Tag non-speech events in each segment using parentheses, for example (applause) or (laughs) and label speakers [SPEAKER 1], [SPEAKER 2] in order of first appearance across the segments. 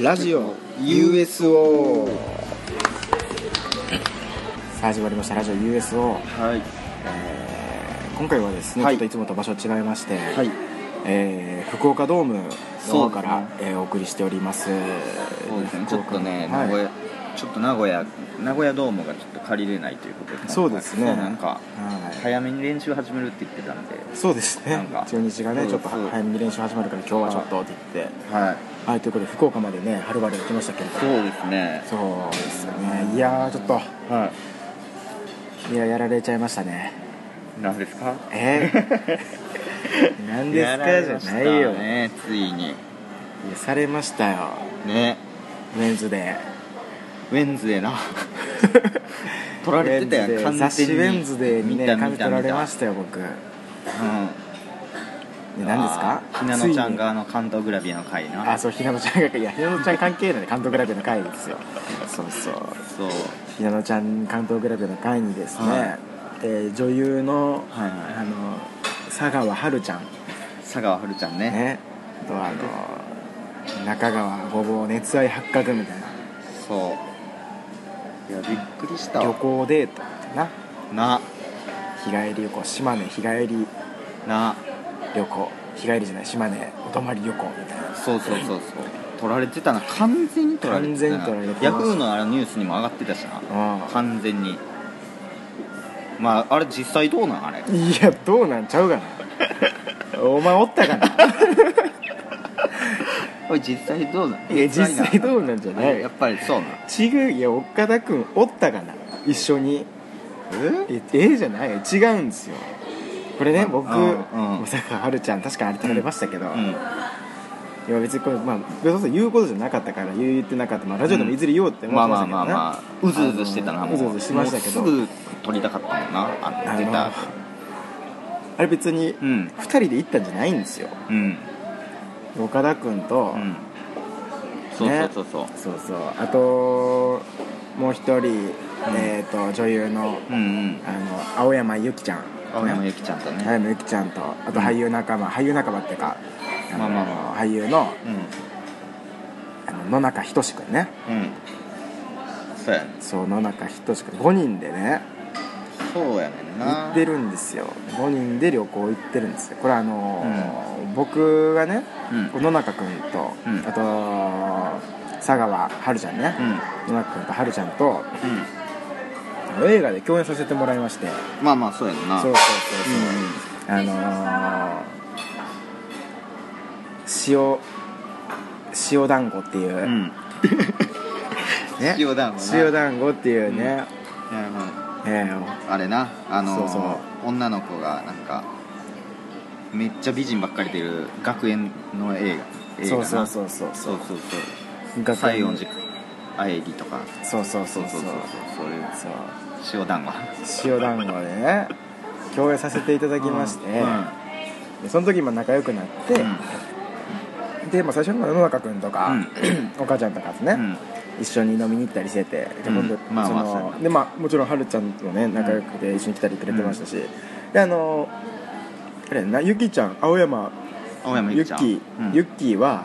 [SPEAKER 1] ラジオ USO
[SPEAKER 2] さあ始まりましたラジオ USO、
[SPEAKER 1] はい
[SPEAKER 2] えー今回はですね、
[SPEAKER 1] は
[SPEAKER 2] ちょ
[SPEAKER 1] い
[SPEAKER 2] っといつもと場所違いまして、
[SPEAKER 1] はい
[SPEAKER 2] えー福岡ドームの方か
[SPEAKER 1] そう
[SPEAKER 2] ら、えーお送りしております
[SPEAKER 1] そうですねち
[SPEAKER 2] 福
[SPEAKER 1] ょっ
[SPEAKER 2] 岡
[SPEAKER 1] とね
[SPEAKER 2] は
[SPEAKER 1] 名
[SPEAKER 2] い
[SPEAKER 1] 古屋、ちょっと名古屋名古屋ドームがちょっと借りれないということで
[SPEAKER 2] そうですね
[SPEAKER 1] なんか
[SPEAKER 2] はい
[SPEAKER 1] 早めに練習始めるって言ってたんで
[SPEAKER 2] そうです
[SPEAKER 1] な
[SPEAKER 2] ね
[SPEAKER 1] んか
[SPEAKER 2] 中日がね、
[SPEAKER 1] うん
[SPEAKER 2] ちょっと
[SPEAKER 1] そう
[SPEAKER 2] 早めに練習始まるから今日はちょっとって言って
[SPEAKER 1] はい
[SPEAKER 2] はいということで福岡までねはるばる来ましたけれど
[SPEAKER 1] そうですね
[SPEAKER 2] そうですよねいやーちょっと
[SPEAKER 1] はい
[SPEAKER 2] ややられちゃいましたね
[SPEAKER 1] いなんですか
[SPEAKER 2] え
[SPEAKER 1] (laughs)
[SPEAKER 2] ー、なんです
[SPEAKER 1] やられ
[SPEAKER 2] か
[SPEAKER 1] まし
[SPEAKER 2] じ
[SPEAKER 1] た
[SPEAKER 2] ゃないよ、
[SPEAKER 1] ねついに
[SPEAKER 2] いやされましたよ
[SPEAKER 1] ね
[SPEAKER 2] メンズで
[SPEAKER 1] ウェンズデ
[SPEAKER 2] (laughs)
[SPEAKER 1] ーな取られてたやん
[SPEAKER 2] ウェンズデー
[SPEAKER 1] 完全に
[SPEAKER 2] 雑誌ウェンズでに
[SPEAKER 1] 見
[SPEAKER 2] ね
[SPEAKER 1] た
[SPEAKER 2] 髪
[SPEAKER 1] 見た
[SPEAKER 2] 取られ
[SPEAKER 1] 見た
[SPEAKER 2] ましたよ僕で
[SPEAKER 1] うん
[SPEAKER 2] 何ですか
[SPEAKER 1] あーひなのちゃん
[SPEAKER 2] つ
[SPEAKER 1] があの関東グラビアの回
[SPEAKER 2] いにあ
[SPEAKER 1] な
[SPEAKER 2] そうひなのちゃんがいやひなのちゃん関係ない監督ラビの会ですよそうそう
[SPEAKER 1] (laughs) そう
[SPEAKER 2] ひなのちゃん監督ラビの会にですね、
[SPEAKER 1] は
[SPEAKER 2] えー女優の、
[SPEAKER 1] はいはい
[SPEAKER 2] あの佐川春ちゃん
[SPEAKER 1] 佐川春ちゃんね
[SPEAKER 2] ねあとあの中川ごぼう熱愛発覚みたいな
[SPEAKER 1] そういやびっくりした
[SPEAKER 2] 旅
[SPEAKER 1] わ
[SPEAKER 2] 行デートってな
[SPEAKER 1] な
[SPEAKER 2] 日帰り旅行島根日帰り
[SPEAKER 1] な
[SPEAKER 2] 旅行日帰りじゃない島根お泊まり旅行みたいな
[SPEAKER 1] そうそうそうそう取られてたな完全に取られてた
[SPEAKER 2] 完
[SPEAKER 1] な
[SPEAKER 2] 全に取られてました
[SPEAKER 1] ヤフーのあのニュースにも上がってたしな
[SPEAKER 2] ああ
[SPEAKER 1] 完全にまああれ実際どうなんあれ
[SPEAKER 2] いやどうなんちゃうかなお前おったか
[SPEAKER 1] (laughs)
[SPEAKER 2] な
[SPEAKER 1] おい実際どうなん
[SPEAKER 2] いや実際ど
[SPEAKER 1] う
[SPEAKER 2] うなんじゃ
[SPEAKER 1] な
[SPEAKER 2] な
[SPEAKER 1] やや
[SPEAKER 2] い
[SPEAKER 1] っぱりそうなん
[SPEAKER 2] ちぐいや岡田君おったかな一緒にええじゃない違うんですよこれね
[SPEAKER 1] うん
[SPEAKER 2] 僕
[SPEAKER 1] うん
[SPEAKER 2] まさかはるちゃん確かにあれ取られましたけど、
[SPEAKER 1] う
[SPEAKER 2] い
[SPEAKER 1] ん
[SPEAKER 2] や別にこれまあ別に言うことじゃなかったから言ってなかった、まあ、ラジオでもいずれ言おうって思
[SPEAKER 1] ま
[SPEAKER 2] っ
[SPEAKER 1] あ
[SPEAKER 2] てま
[SPEAKER 1] ま
[SPEAKER 2] し
[SPEAKER 1] あ
[SPEAKER 2] たけどな
[SPEAKER 1] まあまあうずうずしてたな
[SPEAKER 2] あの
[SPEAKER 1] も
[SPEAKER 2] うずうずしてましたけど
[SPEAKER 1] もうすぐ取りたかったもんなあ
[SPEAKER 2] あ
[SPEAKER 1] 出
[SPEAKER 2] の
[SPEAKER 1] た
[SPEAKER 2] あれ別に
[SPEAKER 1] う
[SPEAKER 2] 2
[SPEAKER 1] ん
[SPEAKER 2] 人で行ったんじゃないんですよ
[SPEAKER 1] うん
[SPEAKER 2] 岡田君と、
[SPEAKER 1] うんそうそうそうそう
[SPEAKER 2] そうそうあともう一人、えー、と女優の
[SPEAKER 1] うんうん
[SPEAKER 2] あの青山由紀ちゃん
[SPEAKER 1] 青山由紀ちゃんと
[SPEAKER 2] 青
[SPEAKER 1] ね
[SPEAKER 2] 山由紀ちゃんとあと俳優仲間、俳優仲間っていうかの
[SPEAKER 1] まあまあま
[SPEAKER 2] 俳優の
[SPEAKER 1] う
[SPEAKER 2] あの野中仁君ね
[SPEAKER 1] んうんそうやね
[SPEAKER 2] そう野中仁君5人でね
[SPEAKER 1] そうやねんな
[SPEAKER 2] 行ってるんですよ5人で旅行行ってるんですよこれあのー僕がね、
[SPEAKER 1] うん
[SPEAKER 2] 野中君と、
[SPEAKER 1] うん
[SPEAKER 2] あと佐川春ちゃんね、
[SPEAKER 1] うん
[SPEAKER 2] 野中君と春ちゃんと
[SPEAKER 1] うん
[SPEAKER 2] 映画で共演させてもらいまして
[SPEAKER 1] まあまあそうやんな
[SPEAKER 2] そうそうそうそう、
[SPEAKER 1] うん
[SPEAKER 2] あのー、塩塩団子っていう、
[SPEAKER 1] うんうん
[SPEAKER 2] ね
[SPEAKER 1] 塩団子な
[SPEAKER 2] 塩団子っていうね、
[SPEAKER 1] いやま
[SPEAKER 2] え
[SPEAKER 1] ああれなあの
[SPEAKER 2] そうそ
[SPEAKER 1] 女の子がなんかめっちゃ美人ばっかり出る学園の映画
[SPEAKER 2] え
[SPEAKER 1] 映画
[SPEAKER 2] そ
[SPEAKER 1] な
[SPEAKER 2] うそうそうそう
[SPEAKER 1] そうそう
[SPEAKER 2] 学
[SPEAKER 1] そう
[SPEAKER 2] 園
[SPEAKER 1] 西園寺愛理とか
[SPEAKER 2] そうそうそ
[SPEAKER 1] そうう
[SPEAKER 2] そ
[SPEAKER 1] そううそうそういう
[SPEAKER 2] そ
[SPEAKER 1] 塩団子
[SPEAKER 2] う塩団子でね共演させていただきまして、
[SPEAKER 1] う
[SPEAKER 2] でその時も仲良くなって、
[SPEAKER 1] ん
[SPEAKER 2] で、まあ、最初の野中君とか、
[SPEAKER 1] う
[SPEAKER 2] お母ちゃんとかとね、
[SPEAKER 1] うん
[SPEAKER 2] 一緒に飲みに行ったりしてて、で
[SPEAKER 1] うん
[SPEAKER 2] 今度
[SPEAKER 1] まあ
[SPEAKER 2] そ
[SPEAKER 1] まあそうや
[SPEAKER 2] の
[SPEAKER 1] な
[SPEAKER 2] でまあもちろんはるちゃんとね仲良くて一緒に来たりくれてましたし、であのあれやなゆきちゃん青山
[SPEAKER 1] 青山
[SPEAKER 2] ゆ
[SPEAKER 1] ゆ
[SPEAKER 2] き
[SPEAKER 1] きちゃんうん
[SPEAKER 2] ゆっきーは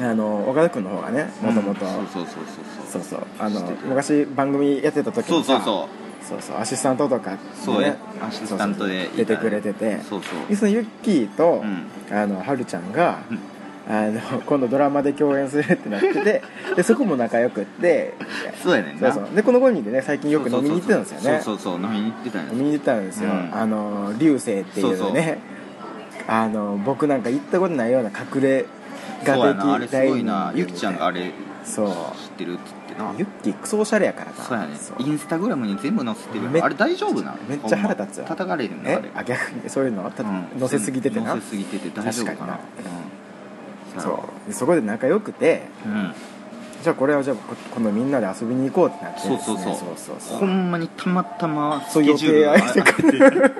[SPEAKER 1] う、ん
[SPEAKER 2] あの岡田君の方がねもともと
[SPEAKER 1] うんそうそうそうそ
[SPEAKER 2] そううそうあの
[SPEAKER 1] 知ってる
[SPEAKER 2] 昔番組やってた時
[SPEAKER 1] そう
[SPEAKER 2] にさ
[SPEAKER 1] そうそう
[SPEAKER 2] そうそうアシスタントとかね
[SPEAKER 1] そうやアシスタントでい
[SPEAKER 2] そう
[SPEAKER 1] た
[SPEAKER 2] そう出てくれてて
[SPEAKER 1] そうそう
[SPEAKER 2] でそのゆっきーと、
[SPEAKER 1] うん
[SPEAKER 2] あのはるちゃんが、あの今度ドラマで共演するってなっててでそこも仲良くって
[SPEAKER 1] そうやねん
[SPEAKER 2] そう
[SPEAKER 1] な
[SPEAKER 2] そうでこの5人でね最近よく飲みに行ってたんですよね
[SPEAKER 1] そうそうそう飲みに行ってたん
[SPEAKER 2] 飲
[SPEAKER 1] です
[SPEAKER 2] みに行ったんですよ、
[SPEAKER 1] うん
[SPEAKER 2] あの流星っていうね
[SPEAKER 1] そうそう
[SPEAKER 2] あの僕なんか行ったことないような隠れ家
[SPEAKER 1] そうやなあれ
[SPEAKER 2] 的
[SPEAKER 1] すごいなゆきちゃんがあ
[SPEAKER 2] れ
[SPEAKER 1] れ知
[SPEAKER 2] そう
[SPEAKER 1] ってるっつってな
[SPEAKER 2] ユッキークソおしゃれやからな
[SPEAKER 1] そうやね
[SPEAKER 2] そう
[SPEAKER 1] インスタグラムに全部載せてる
[SPEAKER 2] め
[SPEAKER 1] あれ大丈夫なの
[SPEAKER 2] めっちゃ腹立つわ
[SPEAKER 1] 叩かれるのあ
[SPEAKER 2] え
[SPEAKER 1] れ
[SPEAKER 2] あ逆にそういうのた
[SPEAKER 1] うん
[SPEAKER 2] 載せすぎててな
[SPEAKER 1] 載せすぎてて大丈夫かな
[SPEAKER 2] 確そうでそこで仲良くて
[SPEAKER 1] うんうん
[SPEAKER 2] じゃあこれはじゃあこ今度みんなで遊びに行こうってなって
[SPEAKER 1] そうそうそう
[SPEAKER 2] そうそう
[SPEAKER 1] ほんまにたまたまス
[SPEAKER 2] そう
[SPEAKER 1] ケ
[SPEAKER 2] 予
[SPEAKER 1] ジュール
[SPEAKER 2] 定合
[SPEAKER 1] が
[SPEAKER 2] わせてくれる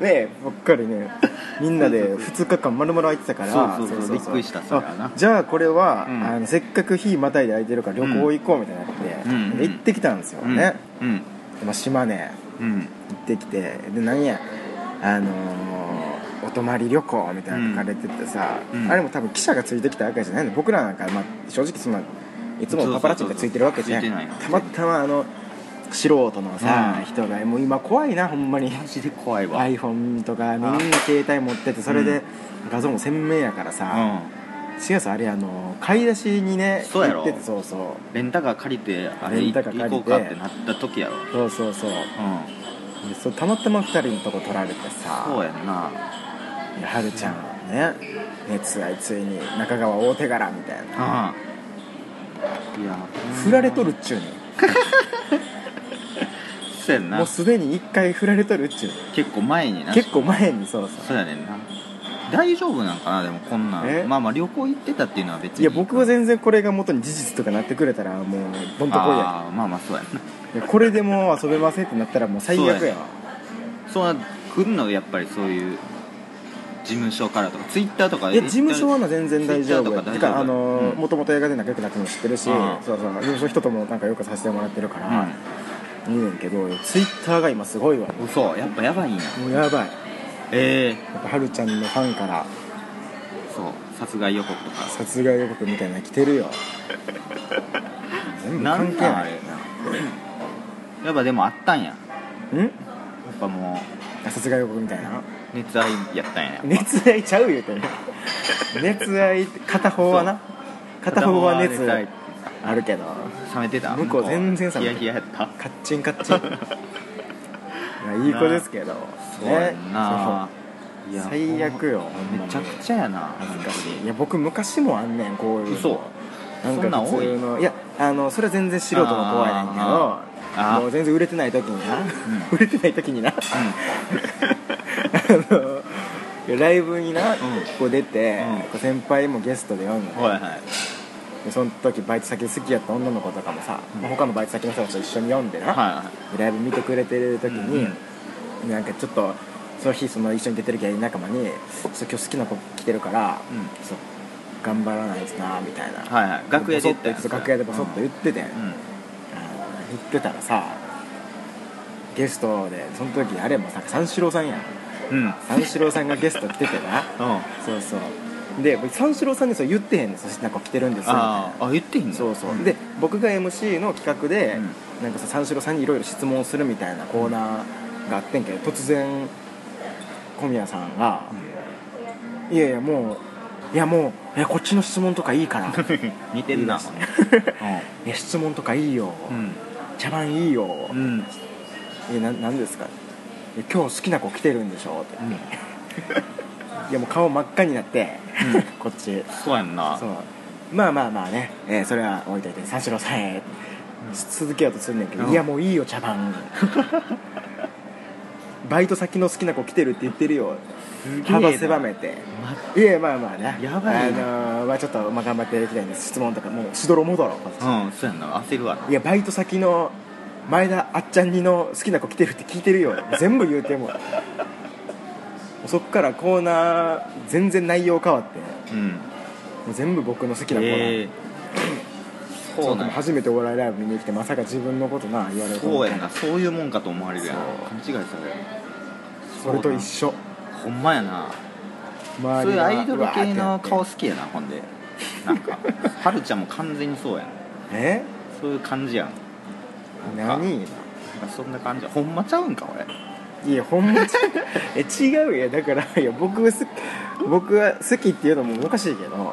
[SPEAKER 2] ねばっかりねみんなで2日間まるまる空いてたから
[SPEAKER 1] そうそうそうびっくりしたそれはな
[SPEAKER 2] あじゃあこれは、
[SPEAKER 1] うん
[SPEAKER 2] あのせっかく日またいで空いてるから旅行行こうみたいになって、
[SPEAKER 1] うんうん
[SPEAKER 2] で行ってきたんですよ
[SPEAKER 1] うん
[SPEAKER 2] ね、
[SPEAKER 1] うん
[SPEAKER 2] まあ、島根
[SPEAKER 1] うん
[SPEAKER 2] 行ってきてで何やあのーお泊まり旅行みたいなの書かれててさ、
[SPEAKER 1] うん
[SPEAKER 2] あれも多分記者がついてきたわけじゃないの僕らなんか、まあ、正直そんないつもパパラッチがついてるわけじゃ
[SPEAKER 1] そうそうそうそうつい
[SPEAKER 2] た
[SPEAKER 1] て
[SPEAKER 2] ま
[SPEAKER 1] ない
[SPEAKER 2] たまあの素人のさ、
[SPEAKER 1] うん
[SPEAKER 2] 人がもう今怖いなほんまに
[SPEAKER 1] マジで怖いわ、
[SPEAKER 2] iPhone とかみんな携帯持っててそれ
[SPEAKER 1] うん
[SPEAKER 2] で画像も鮮明やからさ、
[SPEAKER 1] う
[SPEAKER 2] 違うさあれあの買い出しにね
[SPEAKER 1] そうやろ
[SPEAKER 2] 行っててそうそ
[SPEAKER 1] んレンタカー借りてあれ
[SPEAKER 2] レン
[SPEAKER 1] 行
[SPEAKER 2] タカー借りて
[SPEAKER 1] こうかってなった時やろうん
[SPEAKER 2] うそうそうそうでそうたまたま2人のとこ取られてさ
[SPEAKER 1] そうやんな
[SPEAKER 2] ではるちゃんはね熱愛ついに中川大手柄みたいな
[SPEAKER 1] うんいや
[SPEAKER 2] 振られとるっちゅうね
[SPEAKER 1] そうやん
[SPEAKER 2] んも
[SPEAKER 1] な
[SPEAKER 2] うすでに1回振られとるっちゅうね
[SPEAKER 1] 結構前になん
[SPEAKER 2] 結構前にそうそ
[SPEAKER 1] そうやねんな大丈夫なんかなでもこんなん
[SPEAKER 2] え
[SPEAKER 1] まあまあ旅行行ってたっていうのは別
[SPEAKER 2] う
[SPEAKER 1] に
[SPEAKER 2] いや僕は全然これが元に事実とかなってくれたらもうどんとこいや
[SPEAKER 1] ああまあまあそうやんな
[SPEAKER 2] でこれでもう遊べませんってなったらもう最悪やわ
[SPEAKER 1] そう来るのがやっぱりそういう事務所からとかツイッターとか
[SPEAKER 2] いや事務所はな全然大丈夫
[SPEAKER 1] Twitter
[SPEAKER 2] や
[SPEAKER 1] とか
[SPEAKER 2] て
[SPEAKER 1] 大丈夫
[SPEAKER 2] かあの
[SPEAKER 1] うん
[SPEAKER 2] もともと映画で仲良くなったの知ってるし
[SPEAKER 1] うん
[SPEAKER 2] そうそう事務所人ともなんかよくさせてもらってるから
[SPEAKER 1] う
[SPEAKER 2] いいねんけどツイッターが今すごいわ
[SPEAKER 1] ん嘘やっぱやばいんや
[SPEAKER 2] もうやばい
[SPEAKER 1] え
[SPEAKER 2] やっぱはるちゃんのファンから
[SPEAKER 1] えそう殺害予告とか
[SPEAKER 2] 殺害予告みたいなの来てるよ全部
[SPEAKER 1] な
[SPEAKER 2] 関
[SPEAKER 1] ん
[SPEAKER 2] 係
[SPEAKER 1] なんあ
[SPEAKER 2] な
[SPEAKER 1] れ
[SPEAKER 2] い
[SPEAKER 1] やっぱでもあったんやや
[SPEAKER 2] ん
[SPEAKER 1] っぱも
[SPEAKER 2] あ殺害予告みたいな
[SPEAKER 1] う熱愛やったんややっぱ
[SPEAKER 2] 熱愛ちゃう言うてね熱愛片方はな片方は熱
[SPEAKER 1] 片方は
[SPEAKER 2] 愛あるけど
[SPEAKER 1] 冷めてた
[SPEAKER 2] 向こう全然冷めてた
[SPEAKER 1] ヒヤヒヤやった
[SPEAKER 2] カッチンカ
[SPEAKER 1] (laughs)
[SPEAKER 2] ッチンまあいい子ですけど
[SPEAKER 1] そうやんな
[SPEAKER 2] そう
[SPEAKER 1] いや
[SPEAKER 2] 最悪よほんまに
[SPEAKER 1] めちゃくちゃやな
[SPEAKER 2] 恥ずかし
[SPEAKER 1] 本当
[SPEAKER 2] いい
[SPEAKER 1] に
[SPEAKER 2] や僕昔もあんねんこういうの
[SPEAKER 1] 嘘そん
[SPEAKER 2] な
[SPEAKER 1] なんん
[SPEAKER 2] か
[SPEAKER 1] 多
[SPEAKER 2] 普
[SPEAKER 1] い
[SPEAKER 2] 通のいやあのそれは全然素人の子やねんけど
[SPEAKER 1] あーあー
[SPEAKER 2] もう全然売れてない時にな、 (laughs) 売れてない時にな、 (laughs) あのライブにな、こう出て、
[SPEAKER 1] うん
[SPEAKER 2] こう先輩もゲストで読んで、
[SPEAKER 1] はいはい
[SPEAKER 2] でその時バイト先好きやった女の子とかもさ、
[SPEAKER 1] うん
[SPEAKER 2] まあ他のバイト先の人たちと一緒に読んでな、
[SPEAKER 1] は
[SPEAKER 2] ライブ見てくれてる時に
[SPEAKER 1] う、
[SPEAKER 2] なんかちょっとその日その一緒に出てる芸人仲間に「ちょっと今日好きな子来てるから、
[SPEAKER 1] うん
[SPEAKER 2] そう頑張らないとな」みたいな、
[SPEAKER 1] いはいはい楽屋で言ったや
[SPEAKER 2] ボソッとそ
[SPEAKER 1] つ
[SPEAKER 2] う楽屋でボソッと言ってて、
[SPEAKER 1] うんうん
[SPEAKER 2] あの言ってたらさゲストでその時あれもさ三四郎さんやん
[SPEAKER 1] うん
[SPEAKER 2] 三四郎さんがゲスト来てて
[SPEAKER 1] (laughs)
[SPEAKER 2] な
[SPEAKER 1] うん
[SPEAKER 2] そうそうで僕三四郎さんにそう言ってへんねんそしてなんか来てるんですよみたいな
[SPEAKER 1] あーあ言っていいんだ
[SPEAKER 2] そうそう、
[SPEAKER 1] ん
[SPEAKER 2] で僕が MC の企画で、
[SPEAKER 1] う
[SPEAKER 2] なんかさ三四郎さんにいろいろ質問するみたいなコーナーがあってんけど突然小宮さんが「いやいやもういやもうえこっちの質問とかいい
[SPEAKER 1] (laughs)
[SPEAKER 2] から」
[SPEAKER 1] (laughs) 似てんな
[SPEAKER 2] 言い
[SPEAKER 1] うん
[SPEAKER 2] いや質問とかいいよ、茶番いいよ、
[SPEAKER 1] うん
[SPEAKER 2] えななんですかいや今日好きな子来てるんでしょって、
[SPEAKER 1] うん
[SPEAKER 2] (laughs) いやもう顔真っ赤になって、
[SPEAKER 1] うん
[SPEAKER 2] (laughs) こっち
[SPEAKER 1] そうやんな
[SPEAKER 2] そうまあまあまあね、えーそれは置いといて三四郎さんへ、続けようとするんだけど、
[SPEAKER 1] うん
[SPEAKER 2] いやもういいよ茶番
[SPEAKER 1] (laughs)
[SPEAKER 2] バイト先の好きな子来てるって言ってるよ
[SPEAKER 1] すげえな
[SPEAKER 2] 幅狭めていやまあまあね
[SPEAKER 1] やばい
[SPEAKER 2] あのーまあちょっと、まあ、頑張っていきたいんです質問とかもうしどろもどろこっち
[SPEAKER 1] うんそうやんな焦るわない
[SPEAKER 2] やバイト先の前田あっちゃんにの好きな子来てるって聞いてるよ全部言うてもそっからコーナー全然内容変わって
[SPEAKER 1] うん
[SPEAKER 2] もう全部僕の好きなコーナー、
[SPEAKER 1] ええ
[SPEAKER 2] そ
[SPEAKER 1] そう
[SPEAKER 2] う
[SPEAKER 1] なんや
[SPEAKER 2] 初めてお笑いライブ見に来てまさか自分のことな言われると思
[SPEAKER 1] そ
[SPEAKER 2] っ
[SPEAKER 1] う
[SPEAKER 2] て
[SPEAKER 1] やんなそういうもんかと思われるやん勘違いされる
[SPEAKER 2] それと一緒
[SPEAKER 1] ほんまやなそう
[SPEAKER 2] 周り
[SPEAKER 1] いう
[SPEAKER 2] が
[SPEAKER 1] アイド
[SPEAKER 2] う
[SPEAKER 1] ル系
[SPEAKER 2] わー
[SPEAKER 1] の
[SPEAKER 2] って
[SPEAKER 1] 顔
[SPEAKER 2] な
[SPEAKER 1] 好
[SPEAKER 2] って
[SPEAKER 1] きやなほんでな
[SPEAKER 2] (laughs)
[SPEAKER 1] んかはるちゃんも完全にそうやん
[SPEAKER 2] え
[SPEAKER 1] そういう感じやんなんか
[SPEAKER 2] 何
[SPEAKER 1] なんかそんな感じほんまちゃうんか俺
[SPEAKER 2] いやほんまにえ違うやだからいや僕はす僕は好きっていうのもおかしいけど
[SPEAKER 1] うん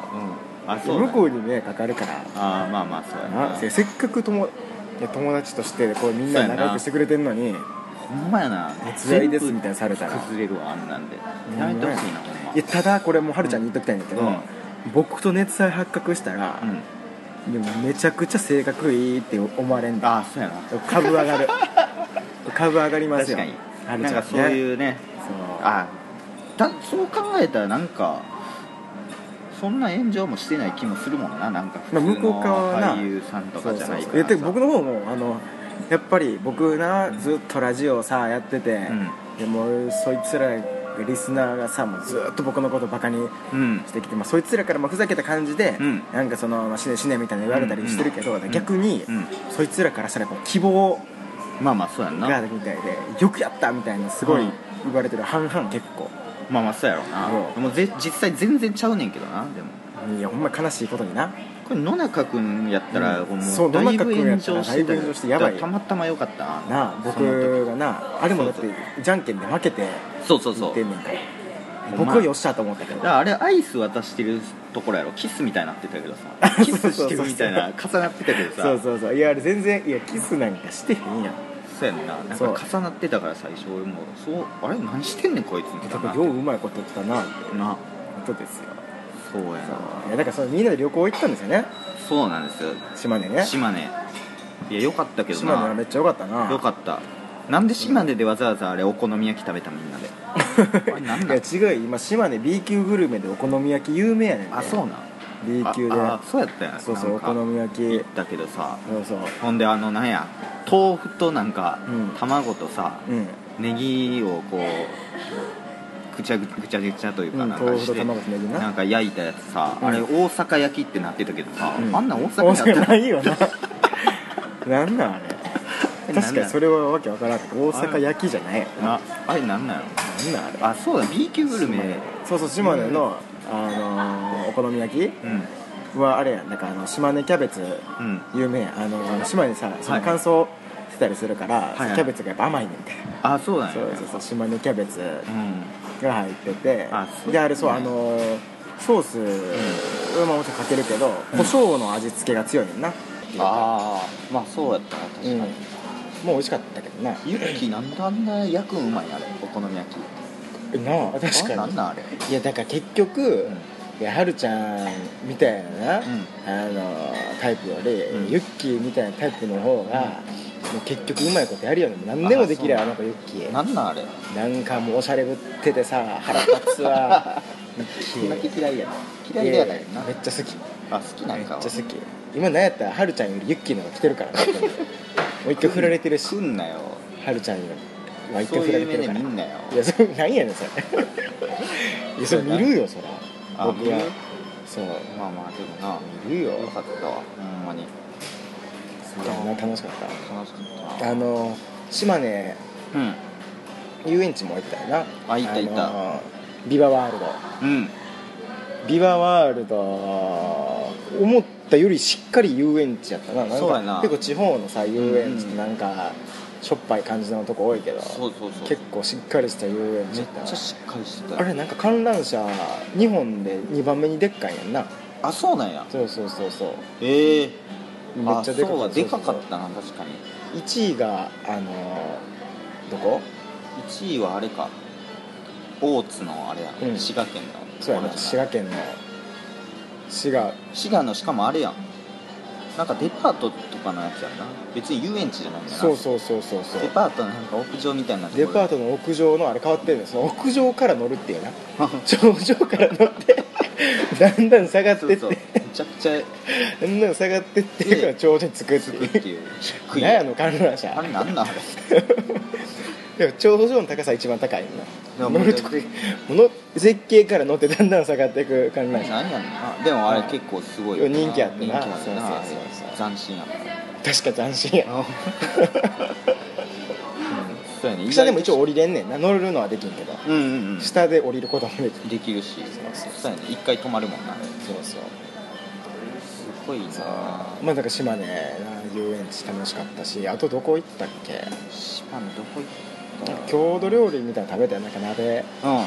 [SPEAKER 1] あそう
[SPEAKER 2] 向こ
[SPEAKER 1] う
[SPEAKER 2] うに迷惑かかるから
[SPEAKER 1] ああまあまあそうや
[SPEAKER 2] な
[SPEAKER 1] な
[SPEAKER 2] せせっかく友いや友達としてこうみんな
[SPEAKER 1] そうやな
[SPEAKER 2] 仲良くしてくれてんのに
[SPEAKER 1] ほんまやな
[SPEAKER 2] 熱愛ですみたいなされたら
[SPEAKER 1] 崩れるわあんなんで
[SPEAKER 2] んま
[SPEAKER 1] や
[SPEAKER 2] や
[SPEAKER 1] めてほしいなほんま
[SPEAKER 2] いやただこれもうはるちゃんに言っときたいんだけど、
[SPEAKER 1] うん
[SPEAKER 2] 僕と熱愛発覚したら、
[SPEAKER 1] うん
[SPEAKER 2] でもめちゃくちゃ性格いいって思われんだ
[SPEAKER 1] ああそうやな
[SPEAKER 2] 株上
[SPEAKER 1] (laughs)
[SPEAKER 2] がる株上がります
[SPEAKER 1] 確
[SPEAKER 2] よ
[SPEAKER 1] かに
[SPEAKER 2] はる
[SPEAKER 1] なん
[SPEAKER 2] ちゃ
[SPEAKER 1] か
[SPEAKER 2] ん
[SPEAKER 1] そう
[SPEAKER 2] う
[SPEAKER 1] いうね
[SPEAKER 2] そう
[SPEAKER 1] あだそう考えたらなんかそんな炎上もしてない気もするもんななんか
[SPEAKER 2] ま
[SPEAKER 1] 普
[SPEAKER 2] あ
[SPEAKER 1] 通の
[SPEAKER 2] 向こう側はな
[SPEAKER 1] 俳優さんとかじゃない
[SPEAKER 2] そうそう
[SPEAKER 1] か
[SPEAKER 2] そうや
[SPEAKER 1] ら
[SPEAKER 2] て
[SPEAKER 1] さ
[SPEAKER 2] か僕の方もあのやっぱり僕なずっとラジオさやってて、でもうそいつらリスナーがさもうずっと僕のことバカに
[SPEAKER 1] うん
[SPEAKER 2] してきて、まあ、そいつらからまあふざけた感じで、
[SPEAKER 1] うん
[SPEAKER 2] なんかその、まあ、死ね死ねみたいな言われたりしてるけど、
[SPEAKER 1] うん
[SPEAKER 2] 逆に、
[SPEAKER 1] うん
[SPEAKER 2] そいつらからしたらこう希望
[SPEAKER 1] まあまあそうやんな
[SPEAKER 2] がみたいでよくやったみたいなすごい言われてる半々結構、
[SPEAKER 1] うまあまあそうやろうな、
[SPEAKER 2] う
[SPEAKER 1] もうぜ実際全然ちゃうねんけどなでも
[SPEAKER 2] いやほんま悲しいことにな
[SPEAKER 1] これ野中君やったら、
[SPEAKER 2] うん
[SPEAKER 1] も
[SPEAKER 2] そうう
[SPEAKER 1] だい
[SPEAKER 2] 野中
[SPEAKER 1] ぶ
[SPEAKER 2] 君や
[SPEAKER 1] 炎
[SPEAKER 2] ったら
[SPEAKER 1] 上し
[SPEAKER 2] だ
[SPEAKER 1] てた
[SPEAKER 2] いぶ炎上してやばい
[SPEAKER 1] だからたまたまよかったな
[SPEAKER 2] なあ
[SPEAKER 1] その時
[SPEAKER 2] 僕がなあれもだってじゃんけんで負けて
[SPEAKER 1] そうそう
[SPEAKER 2] 言
[SPEAKER 1] そ
[SPEAKER 2] っ
[SPEAKER 1] う
[SPEAKER 2] てんねんから
[SPEAKER 1] ほんま
[SPEAKER 2] 僕はよっしゃと思ったけど
[SPEAKER 1] だからあれアイス渡してるところやろキスみたいになってたけ
[SPEAKER 2] (laughs)
[SPEAKER 1] どさキスしてるみたいな重なってたけどさ
[SPEAKER 2] そうそうそういやあれ全然いやキスなんかしてへんやん
[SPEAKER 1] そうやんななん
[SPEAKER 2] そう
[SPEAKER 1] か重なってたから最初俺もそうあれ何してんねんこいつみたい
[SPEAKER 2] だ
[SPEAKER 1] な
[SPEAKER 2] からよううまいこと言ったなって
[SPEAKER 1] な
[SPEAKER 2] ことですよ
[SPEAKER 1] そうや
[SPEAKER 2] そ
[SPEAKER 1] な
[SPEAKER 2] ういやだからそのみんなで旅行行ったんですよね
[SPEAKER 1] そうなんですよ
[SPEAKER 2] 島根ね
[SPEAKER 1] 島根いやよかったけど
[SPEAKER 2] 島根は
[SPEAKER 1] な
[SPEAKER 2] めっちゃ良かったな
[SPEAKER 1] よかったなんで島根でわざわざあれお好み焼き食べたみ
[SPEAKER 2] (laughs)
[SPEAKER 1] んなであれなんなん
[SPEAKER 2] いや違うよ今島根 B 級グルメでお好み焼き有名やねんね
[SPEAKER 1] あそうなん
[SPEAKER 2] B 級で
[SPEAKER 1] ああそうやったやん
[SPEAKER 2] そうそう
[SPEAKER 1] な
[SPEAKER 2] お
[SPEAKER 1] んか
[SPEAKER 2] 好み焼き
[SPEAKER 1] 行ったけどさ
[SPEAKER 2] そうそう
[SPEAKER 1] ほんであのなんや豆腐となんか、
[SPEAKER 2] うん
[SPEAKER 1] 卵とさ
[SPEAKER 2] うん
[SPEAKER 1] ネギをこうぐちゃぐぐちゃぐちゃというか
[SPEAKER 2] うん
[SPEAKER 1] なんか
[SPEAKER 2] 豆腐
[SPEAKER 1] して、
[SPEAKER 2] と卵とネギな
[SPEAKER 1] なんか焼いたやつさ、
[SPEAKER 2] うん
[SPEAKER 1] あれ大阪焼きってなってたけどさ、
[SPEAKER 2] うん
[SPEAKER 1] あんなん大阪
[SPEAKER 2] 大
[SPEAKER 1] や
[SPEAKER 2] 阪
[SPEAKER 1] った
[SPEAKER 2] な
[SPEAKER 1] ら
[SPEAKER 2] い (laughs) よななんなんあれ確かにそれはわけわからんけど大阪焼きじゃないよな
[SPEAKER 1] なあれなんなんや
[SPEAKER 2] なんなんあれ
[SPEAKER 1] ろあそうだ B 級グルメ
[SPEAKER 2] そうそう島根の、あのーお好み焼き
[SPEAKER 1] うん
[SPEAKER 2] はあれやんなんかあの島根キャベツ
[SPEAKER 1] うん
[SPEAKER 2] 有名やんあの島根さその乾燥してたりするから、
[SPEAKER 1] はいはい
[SPEAKER 2] キャベツがやっぱ甘いねんみたい
[SPEAKER 1] あそうだ
[SPEAKER 2] な、
[SPEAKER 1] ね
[SPEAKER 2] そうそうそう島根キャベツ
[SPEAKER 1] うん
[SPEAKER 2] が入ってて
[SPEAKER 1] あそう
[SPEAKER 2] であれそうあのーソースはまあもちろんかけるけど、胡椒の味付けが強いねんな
[SPEAKER 1] ああまあそうやったな確か
[SPEAKER 2] うん
[SPEAKER 1] に、
[SPEAKER 2] もう美味しかったけどな
[SPEAKER 1] ユッキーなんであんな焼くんうまいんあれお好み焼き
[SPEAKER 2] なあ確
[SPEAKER 1] あ
[SPEAKER 2] か
[SPEAKER 1] なん
[SPEAKER 2] に
[SPEAKER 1] なんあれ
[SPEAKER 2] いやだから結局、いやはるちゃんみたいな、あのタイプより、
[SPEAKER 1] うん
[SPEAKER 2] ユッキーみたいなタイプの方が、もう結局うまいことやるよね何でもできるよあの子ユッキーな
[SPEAKER 1] なんなんあれ
[SPEAKER 2] んかもうおしゃれぶっててさ腹立つわユッキ
[SPEAKER 1] そんな
[SPEAKER 2] ー
[SPEAKER 1] き嫌いやな嫌いではないよな
[SPEAKER 2] めっちゃ好き
[SPEAKER 1] あ好きな
[SPEAKER 2] め
[SPEAKER 1] ん
[SPEAKER 2] っち
[SPEAKER 1] か
[SPEAKER 2] ゃ好き今なんやったらはるちゃんよりユッキーの方が来てるからねもう一回振られてるし
[SPEAKER 1] 来んなよ
[SPEAKER 2] はるちゃんよりは一
[SPEAKER 1] そう
[SPEAKER 2] 回振られ
[SPEAKER 1] いう
[SPEAKER 2] て
[SPEAKER 1] 目
[SPEAKER 2] る
[SPEAKER 1] で
[SPEAKER 2] から
[SPEAKER 1] 見んなよ
[SPEAKER 2] いやそれ何やねん
[SPEAKER 1] (laughs)
[SPEAKER 2] それいやそれ見るよそら
[SPEAKER 1] あ
[SPEAKER 2] 僕は
[SPEAKER 1] 見る
[SPEAKER 2] そう
[SPEAKER 1] まあまあでもな
[SPEAKER 2] 見るよ
[SPEAKER 1] よかったわほんまに
[SPEAKER 2] いやな楽しかっ
[SPEAKER 1] 楽しかったたな
[SPEAKER 2] あの島根
[SPEAKER 1] うん
[SPEAKER 2] 遊園地も行ったよな
[SPEAKER 1] あ行った行った
[SPEAKER 2] のビバワールド
[SPEAKER 1] うん
[SPEAKER 2] ビバワールド思ったよりしっかり遊園地やったななんか
[SPEAKER 1] そうやな
[SPEAKER 2] 結構地方のさ遊園地っ
[SPEAKER 1] うん
[SPEAKER 2] て
[SPEAKER 1] うん
[SPEAKER 2] なんかしょっぱい感じのとこ多いけど
[SPEAKER 1] そうそうそう
[SPEAKER 2] 結構しっかりした遊園地
[SPEAKER 1] め
[SPEAKER 2] や
[SPEAKER 1] っ
[SPEAKER 2] ったな
[SPEAKER 1] ちゃしっかりしてたよ
[SPEAKER 2] あれなんか観覧車日本で2番目にでっかいやんな
[SPEAKER 1] あそうなんや
[SPEAKER 2] そうそうそうそう
[SPEAKER 1] ええ
[SPEAKER 2] め
[SPEAKER 1] あ
[SPEAKER 2] っちゃでか
[SPEAKER 1] そう
[SPEAKER 2] か
[SPEAKER 1] は
[SPEAKER 2] った
[SPEAKER 1] でかかったな確かに
[SPEAKER 2] 1位があのーどこ
[SPEAKER 1] 1位はあれか大津のあれや、
[SPEAKER 2] うん
[SPEAKER 1] 滋賀県の
[SPEAKER 2] そうやな
[SPEAKER 1] あれじ
[SPEAKER 2] 滋
[SPEAKER 1] ゃない
[SPEAKER 2] 賀県の滋賀
[SPEAKER 1] 滋賀のしかもあれやんなんかデパートとかのやつやんな別に遊園地じゃないんだな
[SPEAKER 2] そうそうそうそうそ
[SPEAKER 1] デ
[SPEAKER 2] う
[SPEAKER 1] パートのなんか屋上みたいなとこ
[SPEAKER 2] デ
[SPEAKER 1] ろ
[SPEAKER 2] パートの屋上のあれ変わってるんです屋上から乗るっていうな
[SPEAKER 1] ち
[SPEAKER 2] 頂上から乗ってだんだん下がっ
[SPEAKER 1] ょ
[SPEAKER 2] てっ
[SPEAKER 1] っと
[SPEAKER 2] て
[SPEAKER 1] めちゃくちゃ
[SPEAKER 2] だんだん下がってってから
[SPEAKER 1] で
[SPEAKER 2] 頂上に着くって
[SPEAKER 1] つ
[SPEAKER 2] い
[SPEAKER 1] く
[SPEAKER 2] う
[SPEAKER 1] って
[SPEAKER 2] (laughs)
[SPEAKER 1] いう低い
[SPEAKER 2] 何やの観覧車
[SPEAKER 1] あれなんなんあれ
[SPEAKER 2] (laughs) でも頂上の高さ一番高いな
[SPEAKER 1] や
[SPEAKER 2] 乗るとこの絶景から乗ってだんだん下がっていく観覧車
[SPEAKER 1] 何やんなでもあれ結構すごいよな
[SPEAKER 2] 人気あってな
[SPEAKER 1] 人気あってな
[SPEAKER 2] そうそうそう
[SPEAKER 1] 斬新やった
[SPEAKER 2] 確か斬新や
[SPEAKER 1] あうんそうやね
[SPEAKER 2] 下でも一応降りれんねんな乗るのはできんけど
[SPEAKER 1] うんうんう
[SPEAKER 2] 下で降りることもできる
[SPEAKER 1] んできるしそうやね一回止まるもんな
[SPEAKER 2] そうそう
[SPEAKER 1] すごいな
[SPEAKER 2] まあだから島根な遊園地楽しかったしあとどこ行ったっけ
[SPEAKER 1] 島根どこ行った
[SPEAKER 2] 郷土料理みたいなの食べたよなんか鍋
[SPEAKER 1] うん
[SPEAKER 2] あの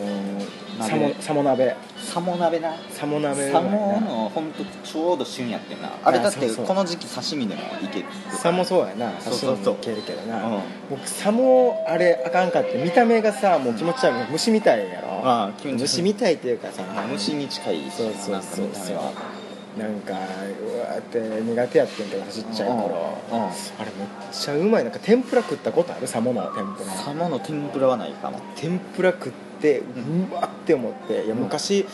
[SPEAKER 2] ー、
[SPEAKER 1] 鍋
[SPEAKER 2] サモサモ鍋
[SPEAKER 1] サモ鍋な
[SPEAKER 2] サモ鍋うま
[SPEAKER 1] サ
[SPEAKER 2] いな
[SPEAKER 1] モの本当ちょうど旬やってんなあれだっ
[SPEAKER 2] あ
[SPEAKER 1] て
[SPEAKER 2] そうそう
[SPEAKER 1] この時期刺身でもいける
[SPEAKER 2] サモそうやな
[SPEAKER 1] そう
[SPEAKER 2] 刺
[SPEAKER 1] そう
[SPEAKER 2] 身
[SPEAKER 1] そう
[SPEAKER 2] にいけるけど
[SPEAKER 1] う
[SPEAKER 2] な、
[SPEAKER 1] ん
[SPEAKER 2] 僕サモあれあかんかって見た目がさもう気持ち悪い虫みたいやろ
[SPEAKER 1] ああ
[SPEAKER 2] 虫みたいっていうかさ
[SPEAKER 1] まあ虫に近いし
[SPEAKER 2] そうそうそう
[SPEAKER 1] なんか見た
[SPEAKER 2] そう
[SPEAKER 1] 目
[SPEAKER 2] なん
[SPEAKER 1] は
[SPEAKER 2] かうわーって苦手やってんけどちっちゃい頃
[SPEAKER 1] うんうん
[SPEAKER 2] あれめっちゃうまいなんか天ぷら食ったことあるサモの天ぷら
[SPEAKER 1] サモの天ぷらはないかも
[SPEAKER 2] 天ぷら食ってうわって思っていや
[SPEAKER 1] うん
[SPEAKER 2] 昔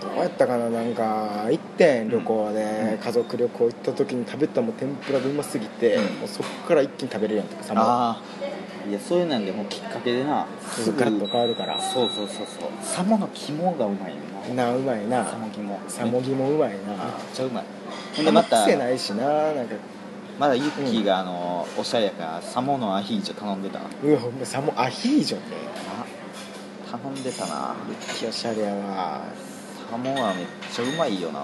[SPEAKER 2] どうやったかななんか行ってん旅行
[SPEAKER 1] う
[SPEAKER 2] で
[SPEAKER 1] ん
[SPEAKER 2] 家族旅行行った時に食べたもう天ぷらがうますぎて
[SPEAKER 1] うん
[SPEAKER 2] もうそっから一気に食べれるやんとかさも
[SPEAKER 1] ああいやそういうなんでもうきっかけでな
[SPEAKER 2] うガラッと変わるから
[SPEAKER 1] そうそうそうそうサモの肝がうまいよな
[SPEAKER 2] なうまいな
[SPEAKER 1] サモ肝
[SPEAKER 2] サモギもうまい
[SPEAKER 1] めっ
[SPEAKER 2] な
[SPEAKER 1] ちゃうまいほ
[SPEAKER 2] あ
[SPEAKER 1] んで
[SPEAKER 2] んま
[SPEAKER 1] また
[SPEAKER 2] 癖ないしななんか
[SPEAKER 1] まだユッキーがあのおしゃれやからサモのアヒージョ頼んでたな
[SPEAKER 2] うわほんまサモアヒージョって
[SPEAKER 1] 頼んでたな
[SPEAKER 2] めっちゃおしゃれやわ
[SPEAKER 1] サモアめっちゃうまいよな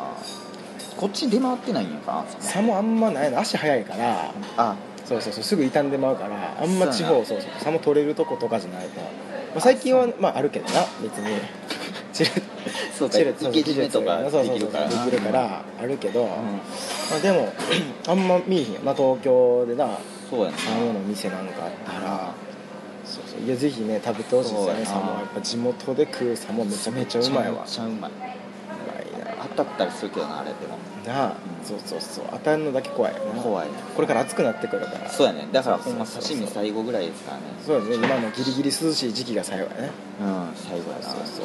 [SPEAKER 1] こっちに出回ってないんやかな
[SPEAKER 2] 差もあんまないの足早いから
[SPEAKER 1] あ
[SPEAKER 2] そうそうそうすぐ傷んでまうからあんま地
[SPEAKER 1] そうや
[SPEAKER 2] 方
[SPEAKER 1] な
[SPEAKER 2] そうそう差も取れるとことかじゃないと、まあ、最近はまああるけどな別にチル
[SPEAKER 1] そ
[SPEAKER 2] (laughs)
[SPEAKER 1] うか
[SPEAKER 2] チルそう
[SPEAKER 1] 生け締めとか
[SPEAKER 2] そうそう
[SPEAKER 1] できるからな
[SPEAKER 2] そうそうできるからあるけど、
[SPEAKER 1] うん
[SPEAKER 2] まあ、でも (clears throat) あんま見えへんよ、まあ、東京でな
[SPEAKER 1] そうやな
[SPEAKER 2] サモアの店なんかあったらそうそういやぜひね食べてほしいですよ
[SPEAKER 1] そうや
[SPEAKER 2] ね
[SPEAKER 1] な
[SPEAKER 2] サモアやっぱ地元で食うサモアめちゃめちゃうまいわ
[SPEAKER 1] めっちゃうまいう
[SPEAKER 2] まいな
[SPEAKER 1] 当たったりするけどなあれでも
[SPEAKER 2] なあ、そうそうそう当たるのだけ怖いよな
[SPEAKER 1] 怖いね
[SPEAKER 2] これから暑くなってくるから
[SPEAKER 1] そうやねだからほんま
[SPEAKER 2] そう
[SPEAKER 1] 刺身最後ぐらいですからね
[SPEAKER 2] そうですね今のギリギリ涼しい時期が最後やね
[SPEAKER 1] うん最後やな
[SPEAKER 2] そうそう
[SPEAKER 1] ぜ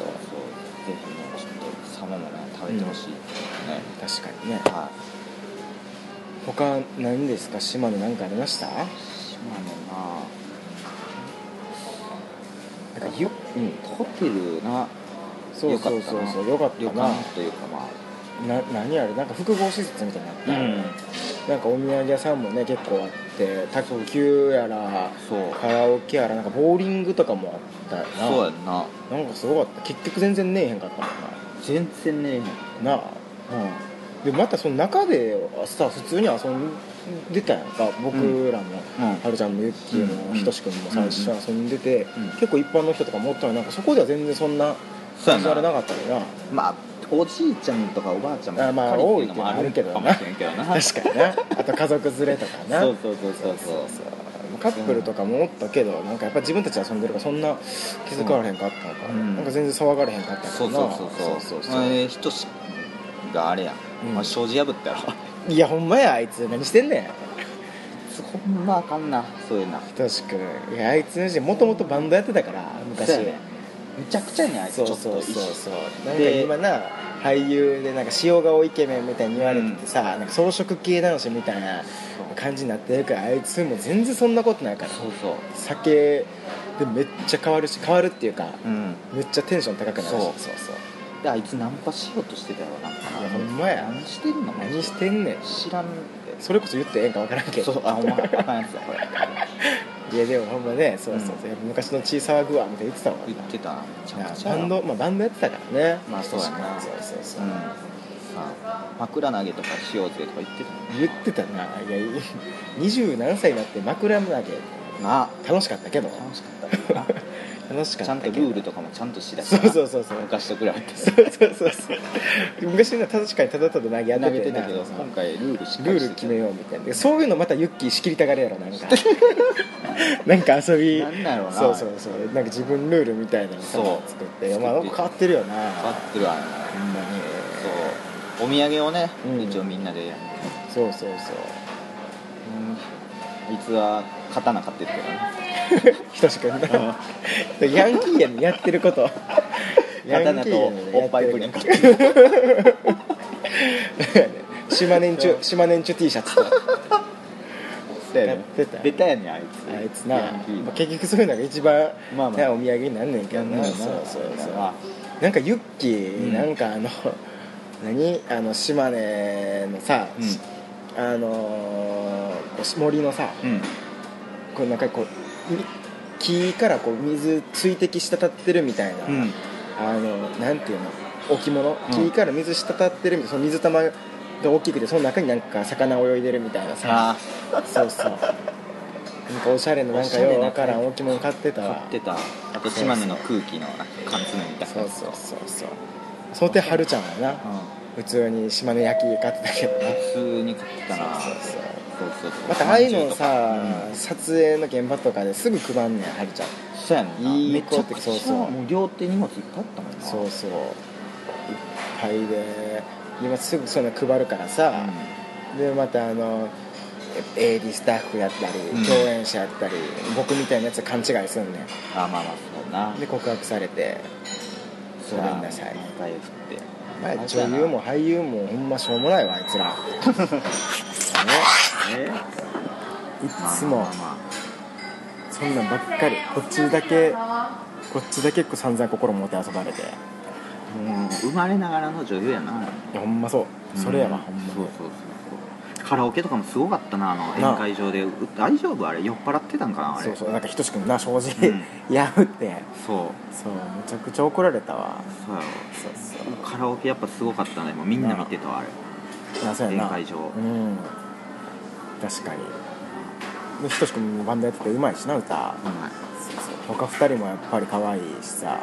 [SPEAKER 1] ひねちょっとサモもね食べてほしいですね、
[SPEAKER 2] 確かにね
[SPEAKER 1] はい
[SPEAKER 2] 他何ですか島根何かありましたなん
[SPEAKER 1] 島根
[SPEAKER 2] かゆうん
[SPEAKER 1] なホテルな
[SPEAKER 2] そうそうそうそうよかった
[SPEAKER 1] 旅
[SPEAKER 2] な
[SPEAKER 1] 館というかま
[SPEAKER 2] な何あれなんか複合施設みたいになった、
[SPEAKER 1] あ
[SPEAKER 2] なんかお土産屋さんもね結構あって卓球やら
[SPEAKER 1] そう
[SPEAKER 2] カラオケやらなんかボーリングとかもあったよな
[SPEAKER 1] そうやんな
[SPEAKER 2] なんかすごかった結局全然ねえへんかったもん
[SPEAKER 1] 全然ね
[SPEAKER 2] ななあでまたその中ではさ普通に遊んでたやんか僕らも、
[SPEAKER 1] うん
[SPEAKER 2] はるちゃんもゆっきー
[SPEAKER 1] う
[SPEAKER 2] も
[SPEAKER 1] ん
[SPEAKER 2] ひとしくんも最初遊んでて、
[SPEAKER 1] うん
[SPEAKER 2] 結構一般の人とかもおったのになんかそこでは全然そんな
[SPEAKER 1] そうや
[SPEAKER 2] 感じ
[SPEAKER 1] な
[SPEAKER 2] られなかったよな
[SPEAKER 1] まあおじいちゃんとかおばあちゃんも
[SPEAKER 2] あまあ
[SPEAKER 1] 借り
[SPEAKER 2] 多い
[SPEAKER 1] て
[SPEAKER 2] けど
[SPEAKER 1] るのも
[SPEAKER 2] あるけど
[SPEAKER 1] か
[SPEAKER 2] な
[SPEAKER 1] もしれんけど (laughs) な
[SPEAKER 2] 確かになあと家族連れとかな
[SPEAKER 1] そうそうそうそうそう
[SPEAKER 2] カップルとかもおったけどなんかやっぱ自分たち遊んでるからそんな気づかれへんかったのか、
[SPEAKER 1] うん
[SPEAKER 2] なんか全然騒がれへんかった
[SPEAKER 1] そ
[SPEAKER 2] の
[SPEAKER 1] う
[SPEAKER 2] か
[SPEAKER 1] そう
[SPEAKER 2] な
[SPEAKER 1] そうそう
[SPEAKER 2] そうそう
[SPEAKER 1] えーひとしがあれや
[SPEAKER 2] うん
[SPEAKER 1] ん、まあ、障子破ったら
[SPEAKER 2] いやほんまやあいつ何してんねん
[SPEAKER 1] (laughs) ほんまあかんなそういうな
[SPEAKER 2] 確かにいやあいつのもともとバンドやってたから昔
[SPEAKER 1] そうやねむちゃくちゃやねんあいつち
[SPEAKER 2] そ
[SPEAKER 1] ょ
[SPEAKER 2] う
[SPEAKER 1] っ
[SPEAKER 2] そう
[SPEAKER 1] と
[SPEAKER 2] そう
[SPEAKER 1] 意
[SPEAKER 2] そうなんか
[SPEAKER 1] で
[SPEAKER 2] 今な俳優でなんか塩顔イケメンみたいに言われててさ、なんか装飾系男子みたいな感じになってるからあいつも全然そんなことないから
[SPEAKER 1] 識そうそう
[SPEAKER 2] 酒でめっちゃ変わるし変わるっていうか
[SPEAKER 1] うん
[SPEAKER 2] めっちゃテンション高くなるし
[SPEAKER 1] そう
[SPEAKER 2] そうそう
[SPEAKER 1] であいつナンパしようとしてたよなんかない
[SPEAKER 2] やほんまや
[SPEAKER 1] 何してんの
[SPEAKER 2] 何してんねん
[SPEAKER 1] 知らんって
[SPEAKER 2] それこそ言ってええんか分からんけ
[SPEAKER 1] そう
[SPEAKER 2] ど
[SPEAKER 1] あお前あかんやつだこれ
[SPEAKER 2] いやでもほんまねそうそうそう、やっぱ昔の小さいグアみたいに言ってたもんな
[SPEAKER 1] 言ってたなめちゃくち
[SPEAKER 2] バ
[SPEAKER 1] ゃ
[SPEAKER 2] ンド、まあ、バンドやってたからね
[SPEAKER 1] まあそうやな
[SPEAKER 2] そうそうそううん
[SPEAKER 1] さ枕投げとかしようぜとか言ってたもん
[SPEAKER 2] 言ってたないやいい二十何歳になって枕投げ
[SPEAKER 1] な
[SPEAKER 2] 楽しかったけど
[SPEAKER 1] 楽しかったもんな
[SPEAKER 2] 楽しかっ
[SPEAKER 1] ち
[SPEAKER 2] た
[SPEAKER 1] ゃん
[SPEAKER 2] け
[SPEAKER 1] と
[SPEAKER 2] ど
[SPEAKER 1] ルールとかもちゃんとしだし
[SPEAKER 2] そう
[SPEAKER 1] な
[SPEAKER 2] そうそうそう
[SPEAKER 1] 昔と比べて
[SPEAKER 2] そうそうそうそう昔の確かにただただ投げ合って
[SPEAKER 1] 投げて
[SPEAKER 2] な
[SPEAKER 1] たけど
[SPEAKER 2] そう
[SPEAKER 1] 今回ルールしっか
[SPEAKER 2] ル
[SPEAKER 1] り
[SPEAKER 2] ール
[SPEAKER 1] して
[SPEAKER 2] 決めようみたいなそういうのまたユッキー仕切りたがるやろなんか (laughs) なんか遊び
[SPEAKER 1] なんだろうな
[SPEAKER 2] そうそうそうなんか自分ルールみたいなのさ
[SPEAKER 1] そう
[SPEAKER 2] 作って
[SPEAKER 1] 作って
[SPEAKER 2] まあ変わってるよな
[SPEAKER 1] 変わってるわね
[SPEAKER 2] ほんまに
[SPEAKER 1] そうお土産をね、
[SPEAKER 2] うん
[SPEAKER 1] 一応みんなで、
[SPEAKER 2] そうそうそう
[SPEAKER 1] あいつは刀買ってるけどね
[SPEAKER 2] (laughs) ひとしくんなヤンキーやねんやってること
[SPEAKER 1] 刀とおっぱいプリン買ってる
[SPEAKER 2] (laughs) 島年中島年中 T シャツと
[SPEAKER 1] (laughs) や
[SPEAKER 2] やってた
[SPEAKER 1] ベタやねんあい
[SPEAKER 2] あ
[SPEAKER 1] つ
[SPEAKER 2] いつな、
[SPEAKER 1] ヤンキー
[SPEAKER 2] まあ結局そういうのが一番、
[SPEAKER 1] まあまあ
[SPEAKER 2] なお土産になんねんけどな、
[SPEAKER 1] なんねんな
[SPEAKER 2] そうそうそう
[SPEAKER 1] まあ
[SPEAKER 2] なんかユッキー、
[SPEAKER 1] うん
[SPEAKER 2] なんかあの (laughs) 何あの島根のさ、
[SPEAKER 1] うん
[SPEAKER 2] しあのーこう森のさ、
[SPEAKER 1] うん
[SPEAKER 2] こうなんかこうみ木からこう水水滴滴ってるみたいな、
[SPEAKER 1] うん
[SPEAKER 2] あのなんていうの置物
[SPEAKER 1] うん
[SPEAKER 2] 木から水滴ってるみたいなその水玉が大きくてその中になんか魚泳いでるみたいなさ
[SPEAKER 1] あ
[SPEAKER 2] そうそうなんかおしゃれななんかようわからん置物買ってた
[SPEAKER 1] あ
[SPEAKER 2] わ
[SPEAKER 1] 買ってたあと島根の空気のなんか缶詰みたいな
[SPEAKER 2] そうそうそうそうその点はるちゃんはな
[SPEAKER 1] うん
[SPEAKER 2] 普通に島根焼き買ってたけどな
[SPEAKER 1] 普通に買ってたな
[SPEAKER 2] そうそうそう
[SPEAKER 1] そうそうそう
[SPEAKER 2] またああいうのさ
[SPEAKER 1] うん、
[SPEAKER 2] 撮影の現場とかですぐ配んねんはるちゃん
[SPEAKER 1] そうやねんない
[SPEAKER 2] い
[SPEAKER 1] めちゃくち
[SPEAKER 2] そう
[SPEAKER 1] ゃ
[SPEAKER 2] そう
[SPEAKER 1] もう両手荷物いっぱいあったもんな
[SPEAKER 2] そうそういっぱいで今すぐそういうの配るからさ、でまたあの AD スタッフやったり、
[SPEAKER 1] うん
[SPEAKER 2] 共演者やったり僕みたいなやつ勘違いすんね
[SPEAKER 1] あまあまあそうだなん
[SPEAKER 2] で告白されて
[SPEAKER 1] そ
[SPEAKER 2] ご
[SPEAKER 1] う
[SPEAKER 2] め
[SPEAKER 1] だ
[SPEAKER 2] んなさい
[SPEAKER 1] また F って
[SPEAKER 2] まあ女優も俳優もほんましょうもないわあい (laughs) つらね
[SPEAKER 1] え
[SPEAKER 2] い
[SPEAKER 1] まあ
[SPEAKER 2] つも
[SPEAKER 1] まあま
[SPEAKER 2] そんなんばっかりこっちだけこっちだけこう散々心もて遊ばれてい
[SPEAKER 1] あもう生まれながらの女優やな
[SPEAKER 2] やほんまそうそれやわ、ほんま
[SPEAKER 1] そう
[SPEAKER 2] に
[SPEAKER 1] そうそうカラオケとかもすごかったなあの
[SPEAKER 2] なあ
[SPEAKER 1] 宴会場でう大丈夫あれ酔っ払ってたんかなあれ
[SPEAKER 2] そうそうなんか仁君な正
[SPEAKER 1] う
[SPEAKER 2] 直
[SPEAKER 1] ん
[SPEAKER 2] (laughs) やるって
[SPEAKER 1] そう
[SPEAKER 2] そうむちゃくちゃ怒られたわ
[SPEAKER 1] そうや
[SPEAKER 2] そうそう
[SPEAKER 1] ろカラオケやっぱすごかったねもうみんな見てたわあれ
[SPEAKER 2] いやそうやな
[SPEAKER 1] 宴会場
[SPEAKER 2] うん確かにで仁君もバンドやっててうまいしな歌
[SPEAKER 1] うまい
[SPEAKER 2] そうそう他2人もやっぱり可愛いしさ
[SPEAKER 1] そうやね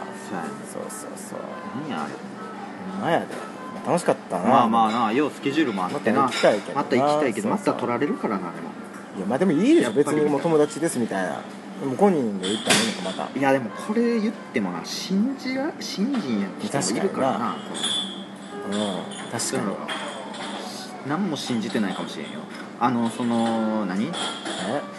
[SPEAKER 2] そうそうそう
[SPEAKER 1] 何やあれ
[SPEAKER 2] ほんまやで楽しかったな
[SPEAKER 1] まあまあなようスケジュールもあってな
[SPEAKER 2] また行きたいけどな
[SPEAKER 1] また行きたいけど
[SPEAKER 2] そ
[SPEAKER 1] ま
[SPEAKER 2] うそう
[SPEAKER 1] た取られるからなあれも
[SPEAKER 2] いやまあでもいいでし
[SPEAKER 1] や
[SPEAKER 2] ょ
[SPEAKER 1] っぱり
[SPEAKER 2] 別にもう友達ですみたいなでも5人で行ったらいいのかまた
[SPEAKER 1] いやでもこれ言ってもな信じら信心やって人もいるからな
[SPEAKER 2] うん確
[SPEAKER 1] そう
[SPEAKER 2] か
[SPEAKER 1] いうの
[SPEAKER 2] に
[SPEAKER 1] が何も信じてないかもしれんよあのその何2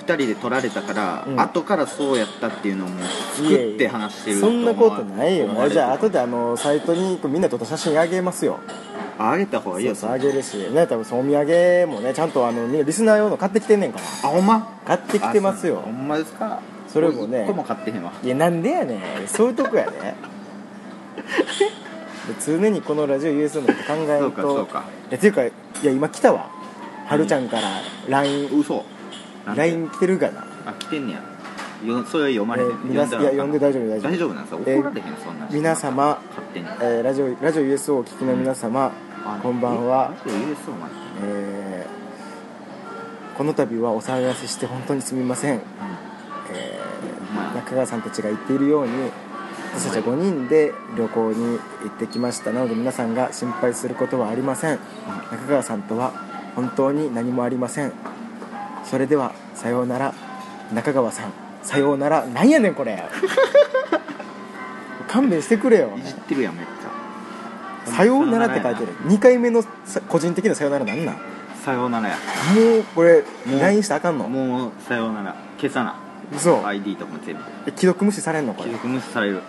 [SPEAKER 1] 人で取られたから、
[SPEAKER 2] うん
[SPEAKER 1] 後からそうやったっていうのをもう
[SPEAKER 2] えいやい
[SPEAKER 1] 作
[SPEAKER 2] や
[SPEAKER 1] って話してる
[SPEAKER 2] そんなことない
[SPEAKER 1] 思わ
[SPEAKER 2] よ
[SPEAKER 1] れ
[SPEAKER 2] じゃあ
[SPEAKER 1] 思われ
[SPEAKER 2] 後であのサイトにみんな撮った写真あげますよ
[SPEAKER 1] てるああげた方がいい
[SPEAKER 2] そう
[SPEAKER 1] よ
[SPEAKER 2] そうあげるしね多分そのお土産もねちゃんとあのみんなリスナー用の買ってきてんねんから
[SPEAKER 1] あほんま
[SPEAKER 2] 買ってきてます
[SPEAKER 1] あ
[SPEAKER 2] よ
[SPEAKER 1] そうほんまですか
[SPEAKER 2] それもね
[SPEAKER 1] 1個も買ってへんわ
[SPEAKER 2] いやなんでやねんそういうとこやでで常にこのラジオ US のこと考え
[SPEAKER 1] そ
[SPEAKER 2] る
[SPEAKER 1] う
[SPEAKER 2] と
[SPEAKER 1] かそうか
[SPEAKER 2] えっていうかいや今来たわはるちゃんから LINE
[SPEAKER 1] 嘘なんて
[SPEAKER 2] LINE 来てるかな
[SPEAKER 1] あ来てんねやよそれは読まれへん、
[SPEAKER 2] えー皆さんいや
[SPEAKER 1] 読
[SPEAKER 2] 呼んで
[SPEAKER 1] だら
[SPEAKER 2] 大丈夫大
[SPEAKER 1] あ
[SPEAKER 2] 丈夫
[SPEAKER 1] かん大丈夫なんですか怒られへんそんな人
[SPEAKER 2] 皆様
[SPEAKER 1] 勝手に
[SPEAKER 2] えーラジオラジオ USO をお聞きの皆様、
[SPEAKER 1] あ
[SPEAKER 2] こんばんは、
[SPEAKER 1] えラジオ US お前
[SPEAKER 2] えーこの度はお騒がせして本当にすみません、えー
[SPEAKER 1] うん
[SPEAKER 2] 中川さんたちが言っているように私たちは5人で旅行に行ってきましたなので皆さんが心配することはありません中川さんとは本当に何もありませんそれではさようなら中川さんさようならなんやねんこれ (laughs) 勘弁してくれよ
[SPEAKER 1] いじってるやんめっち
[SPEAKER 2] 「
[SPEAKER 1] ゃ
[SPEAKER 2] さようなら」って書いてる2回目のさ個人的な「さようなら」なんなんも
[SPEAKER 1] さようならや
[SPEAKER 2] うこれ
[SPEAKER 1] もう
[SPEAKER 2] LINE したらあかんの
[SPEAKER 1] もうさようなら消さな
[SPEAKER 2] 嘘
[SPEAKER 1] ID とかも全部
[SPEAKER 2] え既読無視されんのこれ
[SPEAKER 1] 既読無視される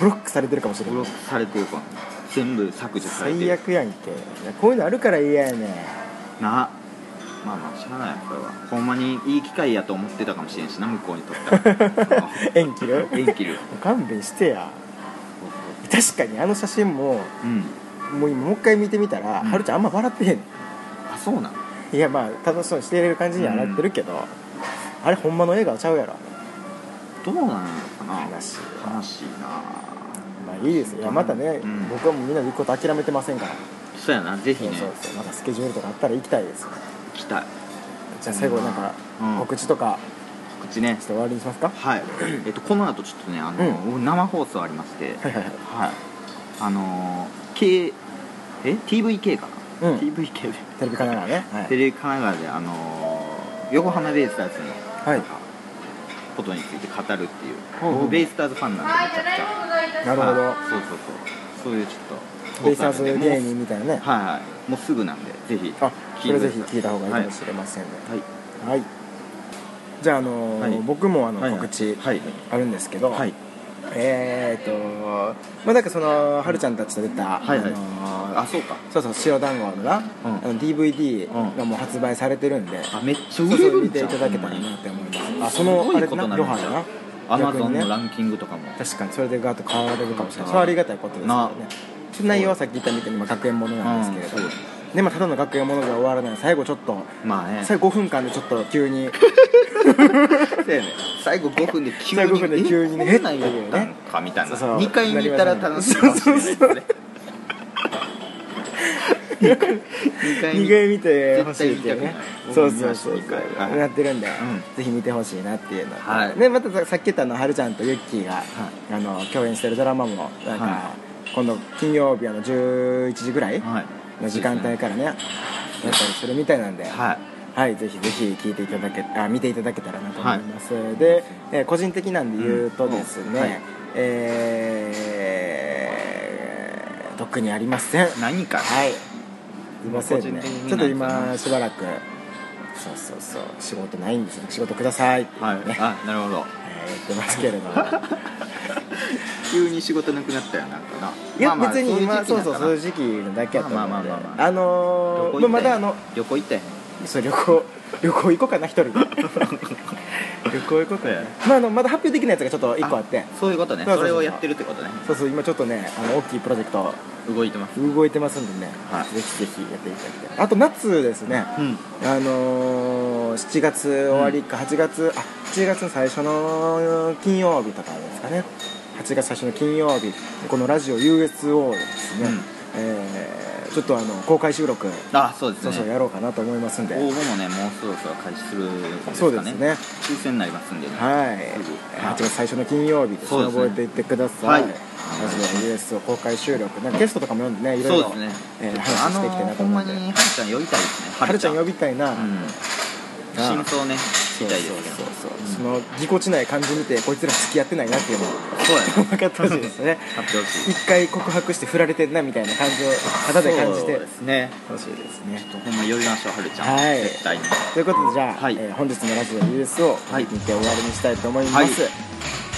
[SPEAKER 2] ブロックされてるかもしれ
[SPEAKER 1] ブロ
[SPEAKER 2] ない
[SPEAKER 1] ックされてるから全部削除されて
[SPEAKER 2] 最
[SPEAKER 1] る
[SPEAKER 2] 悪やんけいやこういうのあるから嫌やねん
[SPEAKER 1] なまあまあしゃあないこれはほんまにいい機会やと思ってたかもしれんしな向こうにとったら
[SPEAKER 2] (laughs) 縁切る
[SPEAKER 1] (laughs) 縁切る
[SPEAKER 2] 勘弁してや確かにあの写真も
[SPEAKER 1] うん
[SPEAKER 2] もう今もう一回見てみたら、
[SPEAKER 1] うん
[SPEAKER 2] はるちゃんあんま笑ってへん
[SPEAKER 1] あそうなの
[SPEAKER 2] いやまあ楽しそうにしてる感じにはなってるけど、あれほんまの笑顔ちゃうやろ
[SPEAKER 1] どうなんのかな
[SPEAKER 2] 悲しいわ
[SPEAKER 1] 悲しいな
[SPEAKER 2] まあいいですよいやまたね、
[SPEAKER 1] うん
[SPEAKER 2] 僕はもうみんなで行くこと諦めてませんから
[SPEAKER 1] そうやなぜひ
[SPEAKER 2] そう
[SPEAKER 1] ね
[SPEAKER 2] そうそうまたスケジュールとかあったら行きたいです
[SPEAKER 1] 行きたい
[SPEAKER 2] じゃあ最後なんか
[SPEAKER 1] うん
[SPEAKER 2] 告知とか
[SPEAKER 1] 告知ね
[SPEAKER 2] して終わりにしますか、 (clears throat)
[SPEAKER 1] はいえっとこの後ちょっとねあの、生放送ありまし
[SPEAKER 2] は
[SPEAKER 1] て
[SPEAKER 2] いはいはい
[SPEAKER 1] はいあのー、K え TVK かな、
[SPEAKER 2] うん
[SPEAKER 1] TVK で
[SPEAKER 2] テレビ神奈川ねはい
[SPEAKER 1] テレビ神奈川であのー、横浜ベイスターズの
[SPEAKER 2] はい
[SPEAKER 1] なんかことについて語るっていう、
[SPEAKER 2] ほうほう
[SPEAKER 1] 僕ベイスターズファンなんでめちゃくちゃ
[SPEAKER 2] なるほど
[SPEAKER 1] はいそうそうそうそういうちょっと
[SPEAKER 2] ベイスターズ
[SPEAKER 1] 僕なんで
[SPEAKER 2] 芸
[SPEAKER 1] もう
[SPEAKER 2] 人みたいなね
[SPEAKER 1] はいはいもうすぐなんでぜひ
[SPEAKER 2] あそれぜひ
[SPEAKER 1] 聞いて
[SPEAKER 2] 聞い
[SPEAKER 1] くだ
[SPEAKER 2] た
[SPEAKER 1] さ
[SPEAKER 2] 方
[SPEAKER 1] い
[SPEAKER 2] がいいかもしれませんね
[SPEAKER 1] はい
[SPEAKER 2] はい、じゃあ、あのー
[SPEAKER 1] はい
[SPEAKER 2] 僕もあの
[SPEAKER 1] はいはい
[SPEAKER 2] 告知
[SPEAKER 1] はい
[SPEAKER 2] あるんですけど、
[SPEAKER 1] はい
[SPEAKER 2] えーっとまあなんかそのはるちゃんたちと出た、
[SPEAKER 1] はいはい
[SPEAKER 2] あのー
[SPEAKER 1] あそうか
[SPEAKER 2] そうそう塩団子のな、
[SPEAKER 1] うん
[SPEAKER 2] あの DVD がもう発売されてるんで、
[SPEAKER 1] あめっち
[SPEAKER 2] そ
[SPEAKER 1] ゃ売
[SPEAKER 2] う
[SPEAKER 1] れ
[SPEAKER 2] そう
[SPEAKER 1] る
[SPEAKER 2] 見
[SPEAKER 1] んじ
[SPEAKER 2] て
[SPEAKER 1] ゃ
[SPEAKER 2] い
[SPEAKER 1] ん
[SPEAKER 2] ただけたらなって思いますあその
[SPEAKER 1] す
[SPEAKER 2] あ
[SPEAKER 1] ご
[SPEAKER 2] れ
[SPEAKER 1] い
[SPEAKER 2] だ
[SPEAKER 1] こと
[SPEAKER 2] な
[SPEAKER 1] にな
[SPEAKER 2] ロ
[SPEAKER 1] る
[SPEAKER 2] ハだな
[SPEAKER 1] アマ
[SPEAKER 2] 逆
[SPEAKER 1] ゾ
[SPEAKER 2] に
[SPEAKER 1] ン
[SPEAKER 2] ね
[SPEAKER 1] のランキングとかも
[SPEAKER 2] 確かにそれでガーッと買われるかもしれない
[SPEAKER 1] あー
[SPEAKER 2] それはありがたいことですよ
[SPEAKER 1] な
[SPEAKER 2] ねちょっと内容はさっき言ったみたいにまあ学園ものなんですけれど、
[SPEAKER 1] うんそう
[SPEAKER 2] でまあただの学園ものじゃ終わらない最後ちょっと
[SPEAKER 1] まあね
[SPEAKER 2] 最後5分間でちょっと急に
[SPEAKER 1] 最後5分で急
[SPEAKER 2] 最後5分で
[SPEAKER 1] に
[SPEAKER 2] 急にね
[SPEAKER 1] えこんなんやったんかみたいな
[SPEAKER 2] そうそう
[SPEAKER 1] 2回見たら楽しいかもしれないですね2回
[SPEAKER 2] 2
[SPEAKER 1] 見
[SPEAKER 2] 回見て
[SPEAKER 1] て
[SPEAKER 2] ほしいっていうね
[SPEAKER 1] 絶
[SPEAKER 2] そう
[SPEAKER 1] 対見たく
[SPEAKER 2] そ
[SPEAKER 1] な
[SPEAKER 2] う
[SPEAKER 1] い
[SPEAKER 2] そう
[SPEAKER 1] 僕も見ました二回はい
[SPEAKER 2] なってるんで、
[SPEAKER 1] ん
[SPEAKER 2] ぜひ見てほしいなっていうのと、
[SPEAKER 1] はい
[SPEAKER 2] でまたささっき言ったあのはるちゃんとゆっきーが、あの共演してるドラマもなんか、
[SPEAKER 1] は
[SPEAKER 2] 今度金曜日あの11時ぐらい
[SPEAKER 1] はい
[SPEAKER 2] の時間帯からね、やったりするみたいなんで、
[SPEAKER 1] はい
[SPEAKER 2] はい、ぜひぜひ聞いていただけあ見ていただけたらなと思います、で、えー個人的なんで言うとですね、
[SPEAKER 1] うんはい
[SPEAKER 2] えー特にありませんはい
[SPEAKER 1] 何か
[SPEAKER 2] いません
[SPEAKER 1] 個人
[SPEAKER 2] ね
[SPEAKER 1] 的に
[SPEAKER 2] ちょっと今しばらくそうそうそう仕事ないんですよ仕事くださいってね、
[SPEAKER 1] はい
[SPEAKER 2] えーや
[SPEAKER 1] あなるほど
[SPEAKER 2] ってますけれど
[SPEAKER 1] (laughs)
[SPEAKER 2] も
[SPEAKER 1] 急に仕事なくなったよなんかない
[SPEAKER 2] や別に今そうそう
[SPEAKER 1] う
[SPEAKER 2] そう
[SPEAKER 1] い
[SPEAKER 2] いう
[SPEAKER 1] 時期
[SPEAKER 2] 時期のだけやと思う
[SPEAKER 1] まあ
[SPEAKER 2] んで
[SPEAKER 1] まあまあまあ
[SPEAKER 2] あのーまあまだあ
[SPEAKER 1] なんかな
[SPEAKER 2] の (laughs)
[SPEAKER 1] 旅行行ったよね (laughs)
[SPEAKER 2] そう旅行旅行行こうかな一人で
[SPEAKER 1] こういうことや
[SPEAKER 2] まあ、あのまだ発表できないやつがちょっと1個あって
[SPEAKER 1] そういうことね
[SPEAKER 2] そうそうそう
[SPEAKER 1] それをやってるってことね
[SPEAKER 2] そうそう今ちょっとねあの大きいプロジェクト
[SPEAKER 1] 動いてます
[SPEAKER 2] 動いてますんでね、
[SPEAKER 1] はい
[SPEAKER 2] ぜひぜひやっていただきたいあと夏ですね、
[SPEAKER 1] うん
[SPEAKER 2] あのー、7月終わりか8月、あ7月の最初の金曜日とかですかね8月最初の金曜日このラジオ USO でですね、
[SPEAKER 1] うん
[SPEAKER 2] えーちょっとあの公開収録
[SPEAKER 1] あそうです
[SPEAKER 2] そ
[SPEAKER 1] ね
[SPEAKER 2] うそうやろうかなと思いますんで、
[SPEAKER 1] 応募もねもうそろそろ開始するんですかね
[SPEAKER 2] そうですね
[SPEAKER 1] 抽選になりますんでね
[SPEAKER 2] はい
[SPEAKER 1] すぐ
[SPEAKER 2] 8月最初の金曜日です
[SPEAKER 1] そ
[SPEAKER 2] ね
[SPEAKER 1] うですね
[SPEAKER 2] 覚えていってください、
[SPEAKER 1] はい
[SPEAKER 2] ラジオ USO 公開収録なんかゲストとかも呼んでねいろい
[SPEAKER 1] そう
[SPEAKER 2] ろ、
[SPEAKER 1] ですね、
[SPEAKER 2] えー
[SPEAKER 1] ちょっと
[SPEAKER 2] 話していきたい
[SPEAKER 1] あ
[SPEAKER 2] なと
[SPEAKER 1] のほん
[SPEAKER 2] 思
[SPEAKER 1] ま
[SPEAKER 2] うんで
[SPEAKER 1] にはるちゃん呼びたいですね
[SPEAKER 2] はるちゃん呼びたいな、
[SPEAKER 1] うん真相ね聞きたいですけ
[SPEAKER 2] そ
[SPEAKER 1] ど
[SPEAKER 2] うそうそうそう、そのぎこちない感じ見てこいつら付き合ってないなっていうのを
[SPEAKER 1] そうやな
[SPEAKER 2] 分かってほしい
[SPEAKER 1] (laughs)
[SPEAKER 2] ですね
[SPEAKER 1] 発表
[SPEAKER 2] (laughs)
[SPEAKER 1] しい
[SPEAKER 2] 一回告白して振られてんなみたいな感じを肌で感じて
[SPEAKER 1] そうですね
[SPEAKER 2] ほしいですね
[SPEAKER 1] ほんま呼びましょうはるちゃん、
[SPEAKER 2] はい
[SPEAKER 1] 絶対に
[SPEAKER 2] ということでじゃあ、
[SPEAKER 1] はい
[SPEAKER 2] えー本日のラジオ US を
[SPEAKER 1] はい
[SPEAKER 2] 見て終わりにしたいと思います、
[SPEAKER 1] はい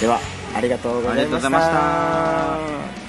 [SPEAKER 2] ではありがとうございま
[SPEAKER 1] ありがとうございました